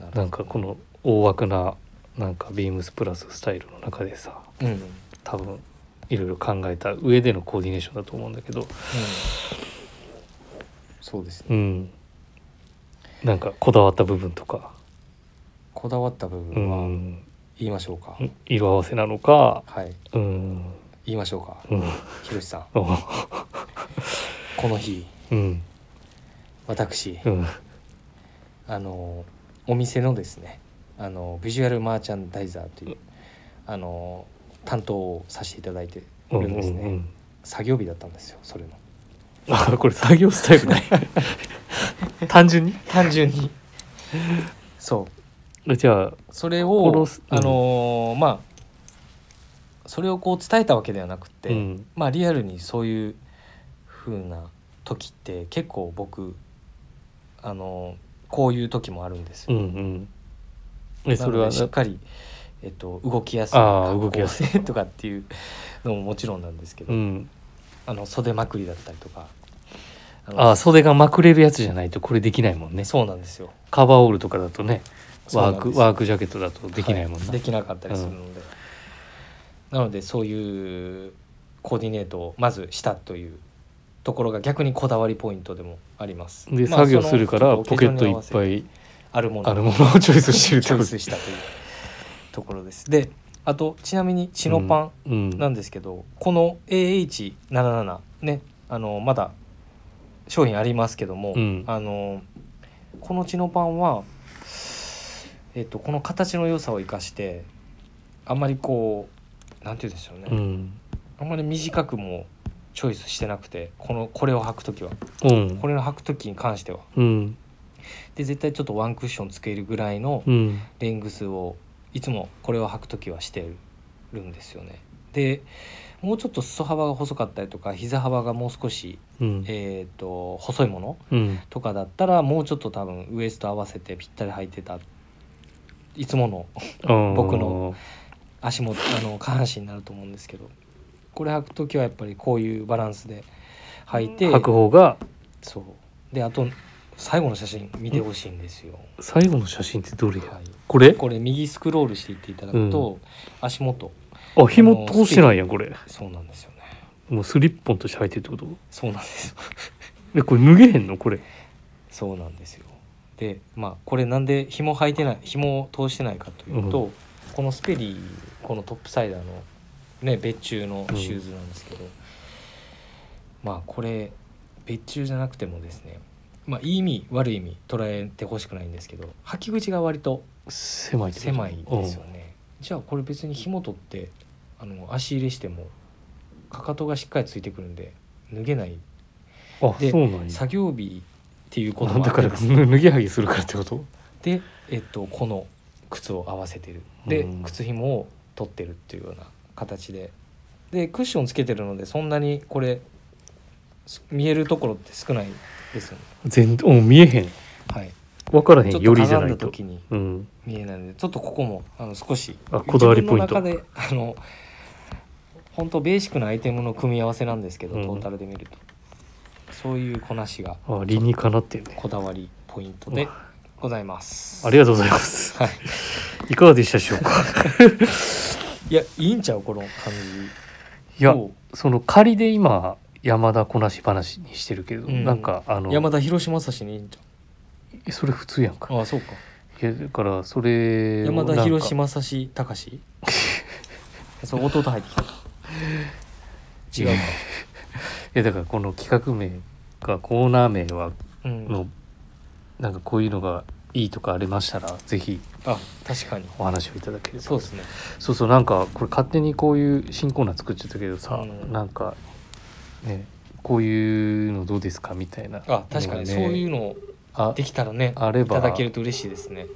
[SPEAKER 2] ほど
[SPEAKER 1] なんかこの大枠ななんかビームスプラススタイルの中でさ
[SPEAKER 2] うんうん、うん
[SPEAKER 1] 多分いろいろ考えた上でのコーディネーションだと思うんだけど
[SPEAKER 2] そうですね
[SPEAKER 1] うんなんかこだわった部分とか、
[SPEAKER 2] こだわった部
[SPEAKER 1] う
[SPEAKER 2] 分は
[SPEAKER 1] ん、
[SPEAKER 2] 言いましょうか、
[SPEAKER 1] 色合わせなのか
[SPEAKER 2] はい
[SPEAKER 1] うん
[SPEAKER 2] 言いましょうか
[SPEAKER 1] うん
[SPEAKER 2] ひろしさん
[SPEAKER 1] うん
[SPEAKER 2] この日
[SPEAKER 1] うん
[SPEAKER 2] 私
[SPEAKER 1] うん
[SPEAKER 2] あのお店のですねあのビジュアルマーチャンダイザーというあの担当をさせていただいているんですね、
[SPEAKER 1] うんうん
[SPEAKER 2] 作業日だったんですよそれの
[SPEAKER 1] あ これ作業スタイルない 単純に
[SPEAKER 2] 単純に そう
[SPEAKER 1] じゃあ
[SPEAKER 2] それ
[SPEAKER 1] このう
[SPEAKER 2] を
[SPEAKER 1] ん
[SPEAKER 2] あのーまあそれをこう伝えたわけではなくて、
[SPEAKER 1] うん
[SPEAKER 2] まあリアルにそういう風な時って結構僕あのこういう時もあるんです
[SPEAKER 1] うん
[SPEAKER 2] よ。
[SPEAKER 1] うんえ
[SPEAKER 2] な
[SPEAKER 1] そ
[SPEAKER 2] の
[SPEAKER 1] れ
[SPEAKER 2] で
[SPEAKER 1] は
[SPEAKER 2] しっ
[SPEAKER 1] な
[SPEAKER 2] かり、えっと、動きやすい
[SPEAKER 1] ああ
[SPEAKER 2] 格好
[SPEAKER 1] 動きやす
[SPEAKER 2] で とかっていうのももちろんなんですけど、
[SPEAKER 1] うん
[SPEAKER 2] あの袖まくりだったりとかあの
[SPEAKER 1] あ袖がまくれるやつじゃないとこれできないもんね
[SPEAKER 2] そうなんですよ。
[SPEAKER 1] カバーオールとかだとね
[SPEAKER 2] そう
[SPEAKER 1] ワ
[SPEAKER 2] な
[SPEAKER 1] ー
[SPEAKER 2] んです
[SPEAKER 1] ク
[SPEAKER 2] よ
[SPEAKER 1] ワークジャケットだとできないもんな、
[SPEAKER 2] はいできなかったりするので、なのでそういうコーディネートをまずしたというところが逆にこだわりポイントでもあります
[SPEAKER 1] で、
[SPEAKER 2] まあ
[SPEAKER 1] 作業するから
[SPEAKER 2] その
[SPEAKER 1] ポケットいっ
[SPEAKER 2] ちょと
[SPEAKER 1] ぱい
[SPEAKER 2] あるもの
[SPEAKER 1] あるものをチョイスしてるって
[SPEAKER 2] チ
[SPEAKER 1] こ
[SPEAKER 2] ョ
[SPEAKER 1] と
[SPEAKER 2] イスしたというところですであとちなみにチノパ
[SPEAKER 1] うん
[SPEAKER 2] ンなんですけど、この AH77 ねあのまだ商品ありますけども、
[SPEAKER 1] うん
[SPEAKER 2] あのこのチノパンは、えっと、この形の良さを生かしてあんまりこうなんて言うんでしょうね、
[SPEAKER 1] うん
[SPEAKER 2] あんまり短くもチョイスしてなくてこのこれを履く時は
[SPEAKER 1] うん
[SPEAKER 2] これを履く時に関しては
[SPEAKER 1] うん
[SPEAKER 2] で絶対ちょっとワンクッションつけるぐらいの
[SPEAKER 1] うん
[SPEAKER 2] レングスをいつもこれを履く時はしてるんですよね。でもうちょっと裾幅が細かったりとか膝幅がもう少し、
[SPEAKER 1] うん
[SPEAKER 2] えー、と細いもの
[SPEAKER 1] うん
[SPEAKER 2] とかだったらもうちょっと多分ウエスト合わせてぴったり履いてたいつもの僕の足元あの下半身になると思うんですけどこれ履く時はやっぱりこういうバランスで履いて
[SPEAKER 1] 履く方が
[SPEAKER 2] そうであと最後の写真見てほしいんですよ。
[SPEAKER 1] 最後の写真ってどれや
[SPEAKER 2] はい
[SPEAKER 1] これ
[SPEAKER 2] これ右スクロールしていっていただくと、足元
[SPEAKER 1] あ紐通してないやんこれ
[SPEAKER 2] そうなんですよね
[SPEAKER 1] もうスリッポンとして履いてるってこと
[SPEAKER 2] そうなんですよ
[SPEAKER 1] えこれ脱げへんのこれ
[SPEAKER 2] そうなんですよでまあこれなんで紐履いてない紐を通してないかというと、このスペリーこのトップサイダーのね別注のシューズなんですけど、まあこれ別注じゃなくてもですねまあいい意味悪い意味捉えてほしくないんですけど履き口が割と
[SPEAKER 1] 狭いってこと
[SPEAKER 2] 狭いですよね、じゃあこれ別に紐取ってあの足入れしてもかかとがしっかりついてくるんで脱げない
[SPEAKER 1] うんあ
[SPEAKER 2] で
[SPEAKER 1] そうなんや
[SPEAKER 2] 作業日っていうこと
[SPEAKER 1] あ
[SPEAKER 2] もあ
[SPEAKER 1] だ
[SPEAKER 2] っ
[SPEAKER 1] か
[SPEAKER 2] て
[SPEAKER 1] ら
[SPEAKER 2] ですね
[SPEAKER 1] 脱ぎはぎするからってこと
[SPEAKER 2] で、えっと、この靴を合わせてるで、
[SPEAKER 1] うん
[SPEAKER 2] 靴ひもを取ってるっていうような形ででクッションつけてるのでそんなにこれす見えるところって少ないですよね
[SPEAKER 1] 全然うん見えへん
[SPEAKER 2] はい
[SPEAKER 1] 分からへ
[SPEAKER 2] ち
[SPEAKER 1] ん
[SPEAKER 2] ょっと
[SPEAKER 1] よりじゃ
[SPEAKER 2] かが
[SPEAKER 1] なんい
[SPEAKER 2] だ
[SPEAKER 1] と
[SPEAKER 2] 時に
[SPEAKER 1] うん
[SPEAKER 2] 見えないのでちょっとここもあの少し
[SPEAKER 1] あこだわりポイント
[SPEAKER 2] 自分の中であの本当ベーシックなアイテムの組み合わせなんですけど、
[SPEAKER 1] うん
[SPEAKER 2] トータルで見るとそういうこなしが
[SPEAKER 1] あ理にかなってんね
[SPEAKER 2] こだわりポイントでございます
[SPEAKER 1] ありがとうござい ます
[SPEAKER 2] はい、
[SPEAKER 1] いかがでしたでしょうか
[SPEAKER 2] いやいいんちゃうこの
[SPEAKER 1] い
[SPEAKER 2] 感
[SPEAKER 1] や
[SPEAKER 2] ど
[SPEAKER 1] その仮で今山田こなし話にしてるけど、
[SPEAKER 2] うん
[SPEAKER 1] なんかあ
[SPEAKER 2] じ
[SPEAKER 1] の
[SPEAKER 2] 山田広島さしにいいんち
[SPEAKER 1] えそれ普通やん
[SPEAKER 2] ゃ
[SPEAKER 1] か
[SPEAKER 2] うああそうか
[SPEAKER 1] いやだからそれを
[SPEAKER 2] 山
[SPEAKER 1] なん
[SPEAKER 2] 田
[SPEAKER 1] か
[SPEAKER 2] 広島さし高しそう弟入ってきた違うか、
[SPEAKER 1] いやだからこの企画名かコーナー名は
[SPEAKER 2] うん、
[SPEAKER 1] のなんかこういうのがいいとかありましたらぜひ
[SPEAKER 2] あ確かに
[SPEAKER 1] お話をいただければ
[SPEAKER 2] そうですね
[SPEAKER 1] そうそうなんかこれ勝手にこういう新コーナー作っちゃったけどさ、
[SPEAKER 2] うん
[SPEAKER 1] なんかねこういうのどうですかみたいな
[SPEAKER 2] あ確かにそういう
[SPEAKER 1] う
[SPEAKER 2] の
[SPEAKER 1] あ
[SPEAKER 2] できたらね
[SPEAKER 1] あれ
[SPEAKER 2] い
[SPEAKER 1] ば
[SPEAKER 2] ただけると嬉しいですね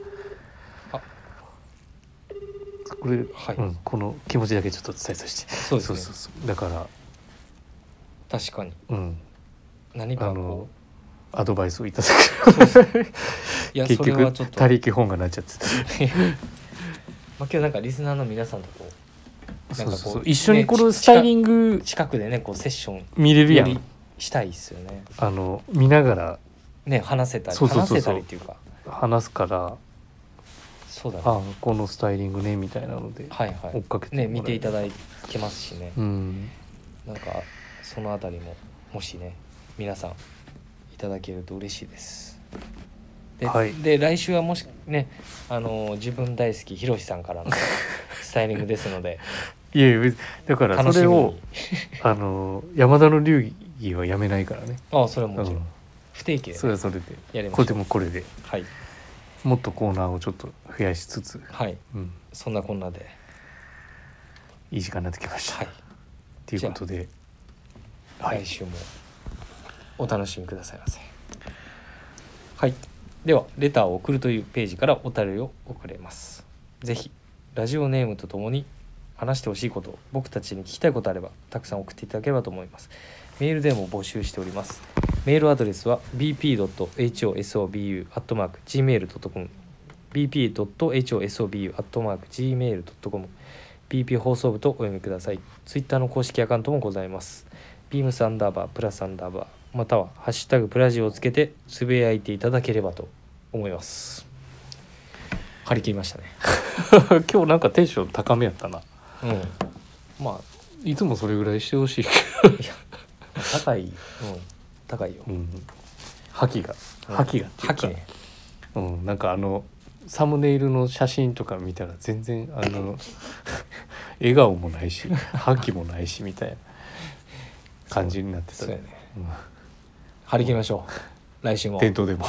[SPEAKER 1] これ、
[SPEAKER 2] はい
[SPEAKER 1] うん、この気持ちだけちょっと伝えさせて
[SPEAKER 2] そうです
[SPEAKER 1] そう
[SPEAKER 2] ね
[SPEAKER 1] そうそうだから
[SPEAKER 2] 確かに
[SPEAKER 1] うん
[SPEAKER 2] 何
[SPEAKER 1] あ
[SPEAKER 2] か
[SPEAKER 1] の
[SPEAKER 2] こ
[SPEAKER 1] アドバイスをいただく
[SPEAKER 2] うい や
[SPEAKER 1] 結
[SPEAKER 2] それ
[SPEAKER 1] 局
[SPEAKER 2] はちょっと
[SPEAKER 1] 他力本がなっちゃって
[SPEAKER 2] まあ、今日なんかリスナーの皆さんとこう
[SPEAKER 1] そうそうそう
[SPEAKER 2] ね
[SPEAKER 1] 一緒にこのスタイリング
[SPEAKER 2] 近くでねこうセッション
[SPEAKER 1] 見れるや
[SPEAKER 2] より
[SPEAKER 1] ん
[SPEAKER 2] したいですよね
[SPEAKER 1] あの見なが
[SPEAKER 2] ね話せたり
[SPEAKER 1] そうそうそうそう
[SPEAKER 2] 話せたりっていうから
[SPEAKER 1] 話すから
[SPEAKER 2] そうだね
[SPEAKER 1] あこのスタイリングねみたいなので
[SPEAKER 2] はいは
[SPEAKER 1] 追っ
[SPEAKER 2] い
[SPEAKER 1] かけてもらえ
[SPEAKER 2] ね
[SPEAKER 1] る
[SPEAKER 2] 見ていただけますしね
[SPEAKER 1] うん
[SPEAKER 2] なんかそのあたりももしね皆さんいただけると嬉しいですで,、
[SPEAKER 1] はい
[SPEAKER 2] で来週はもしねあのー自分大好きひろしさん からのスタイリングですので
[SPEAKER 1] いやいや別にだから
[SPEAKER 2] 楽
[SPEAKER 1] そ
[SPEAKER 2] し
[SPEAKER 1] れ
[SPEAKER 2] み
[SPEAKER 1] を
[SPEAKER 2] に
[SPEAKER 1] あの山田の流儀はやめないからね
[SPEAKER 2] ああそれはもちろん、
[SPEAKER 1] うん
[SPEAKER 2] 不定期で
[SPEAKER 1] そ
[SPEAKER 2] ね、
[SPEAKER 1] れはそれで
[SPEAKER 2] やりま
[SPEAKER 1] これ
[SPEAKER 2] し
[SPEAKER 1] で
[SPEAKER 2] ょう
[SPEAKER 1] もこれで
[SPEAKER 2] はい
[SPEAKER 1] もっとコーナーをちょっと増やしつつ、
[SPEAKER 2] はい
[SPEAKER 1] うん、
[SPEAKER 2] そんなこんなで
[SPEAKER 1] いい時間になってきました、
[SPEAKER 2] はい
[SPEAKER 1] ということではい
[SPEAKER 2] 来週もお楽しみくださいませはいではレターを送るというページからお便りを送れますぜひラジオネームとともに話してほしいこと僕たちに聞きたいことあればたくさん送っていただければと思いますメールでも募集しておりますメールアドレスは bp.hosobu.gmail.com bp.hosobu.gmail.com bp 放送部とお読みくださいツイッターの公式アカウントもございますビームスアンダーバープラスアンダーバーまたは「ハッシュタグプラジオ」をつけてつぶやいていただければと思います張り切りましたね
[SPEAKER 1] 今日なんかテンション高めやったな
[SPEAKER 2] うんま
[SPEAKER 1] いつもそれぐらいしてほしい、
[SPEAKER 2] あ高い、うん、高いよ
[SPEAKER 1] うん、覇気が
[SPEAKER 2] うん
[SPEAKER 1] 覇気がっていうか
[SPEAKER 2] 覇気ね
[SPEAKER 1] うん、なんかあのサムネイルの写真とか見たら全然あ の笑顔もないし覇気もないしみたいな感じになってた
[SPEAKER 2] そうやね
[SPEAKER 1] うん
[SPEAKER 2] 張り切りましょう来週も
[SPEAKER 1] 店頭でも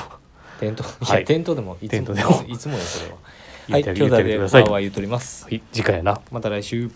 [SPEAKER 2] 店頭い
[SPEAKER 1] は
[SPEAKER 2] や
[SPEAKER 1] い
[SPEAKER 2] 店頭でもいつ
[SPEAKER 1] 店
[SPEAKER 2] も
[SPEAKER 1] 頭でも
[SPEAKER 2] いつもよそれはは
[SPEAKER 1] 言
[SPEAKER 2] い
[SPEAKER 1] ってあ
[SPEAKER 2] 兄
[SPEAKER 1] げ言って
[SPEAKER 2] 弟
[SPEAKER 1] あげて
[SPEAKER 2] で
[SPEAKER 1] くだ
[SPEAKER 2] ワ
[SPEAKER 1] さい
[SPEAKER 2] ーワー言うとります
[SPEAKER 1] はい次回やな
[SPEAKER 2] また来週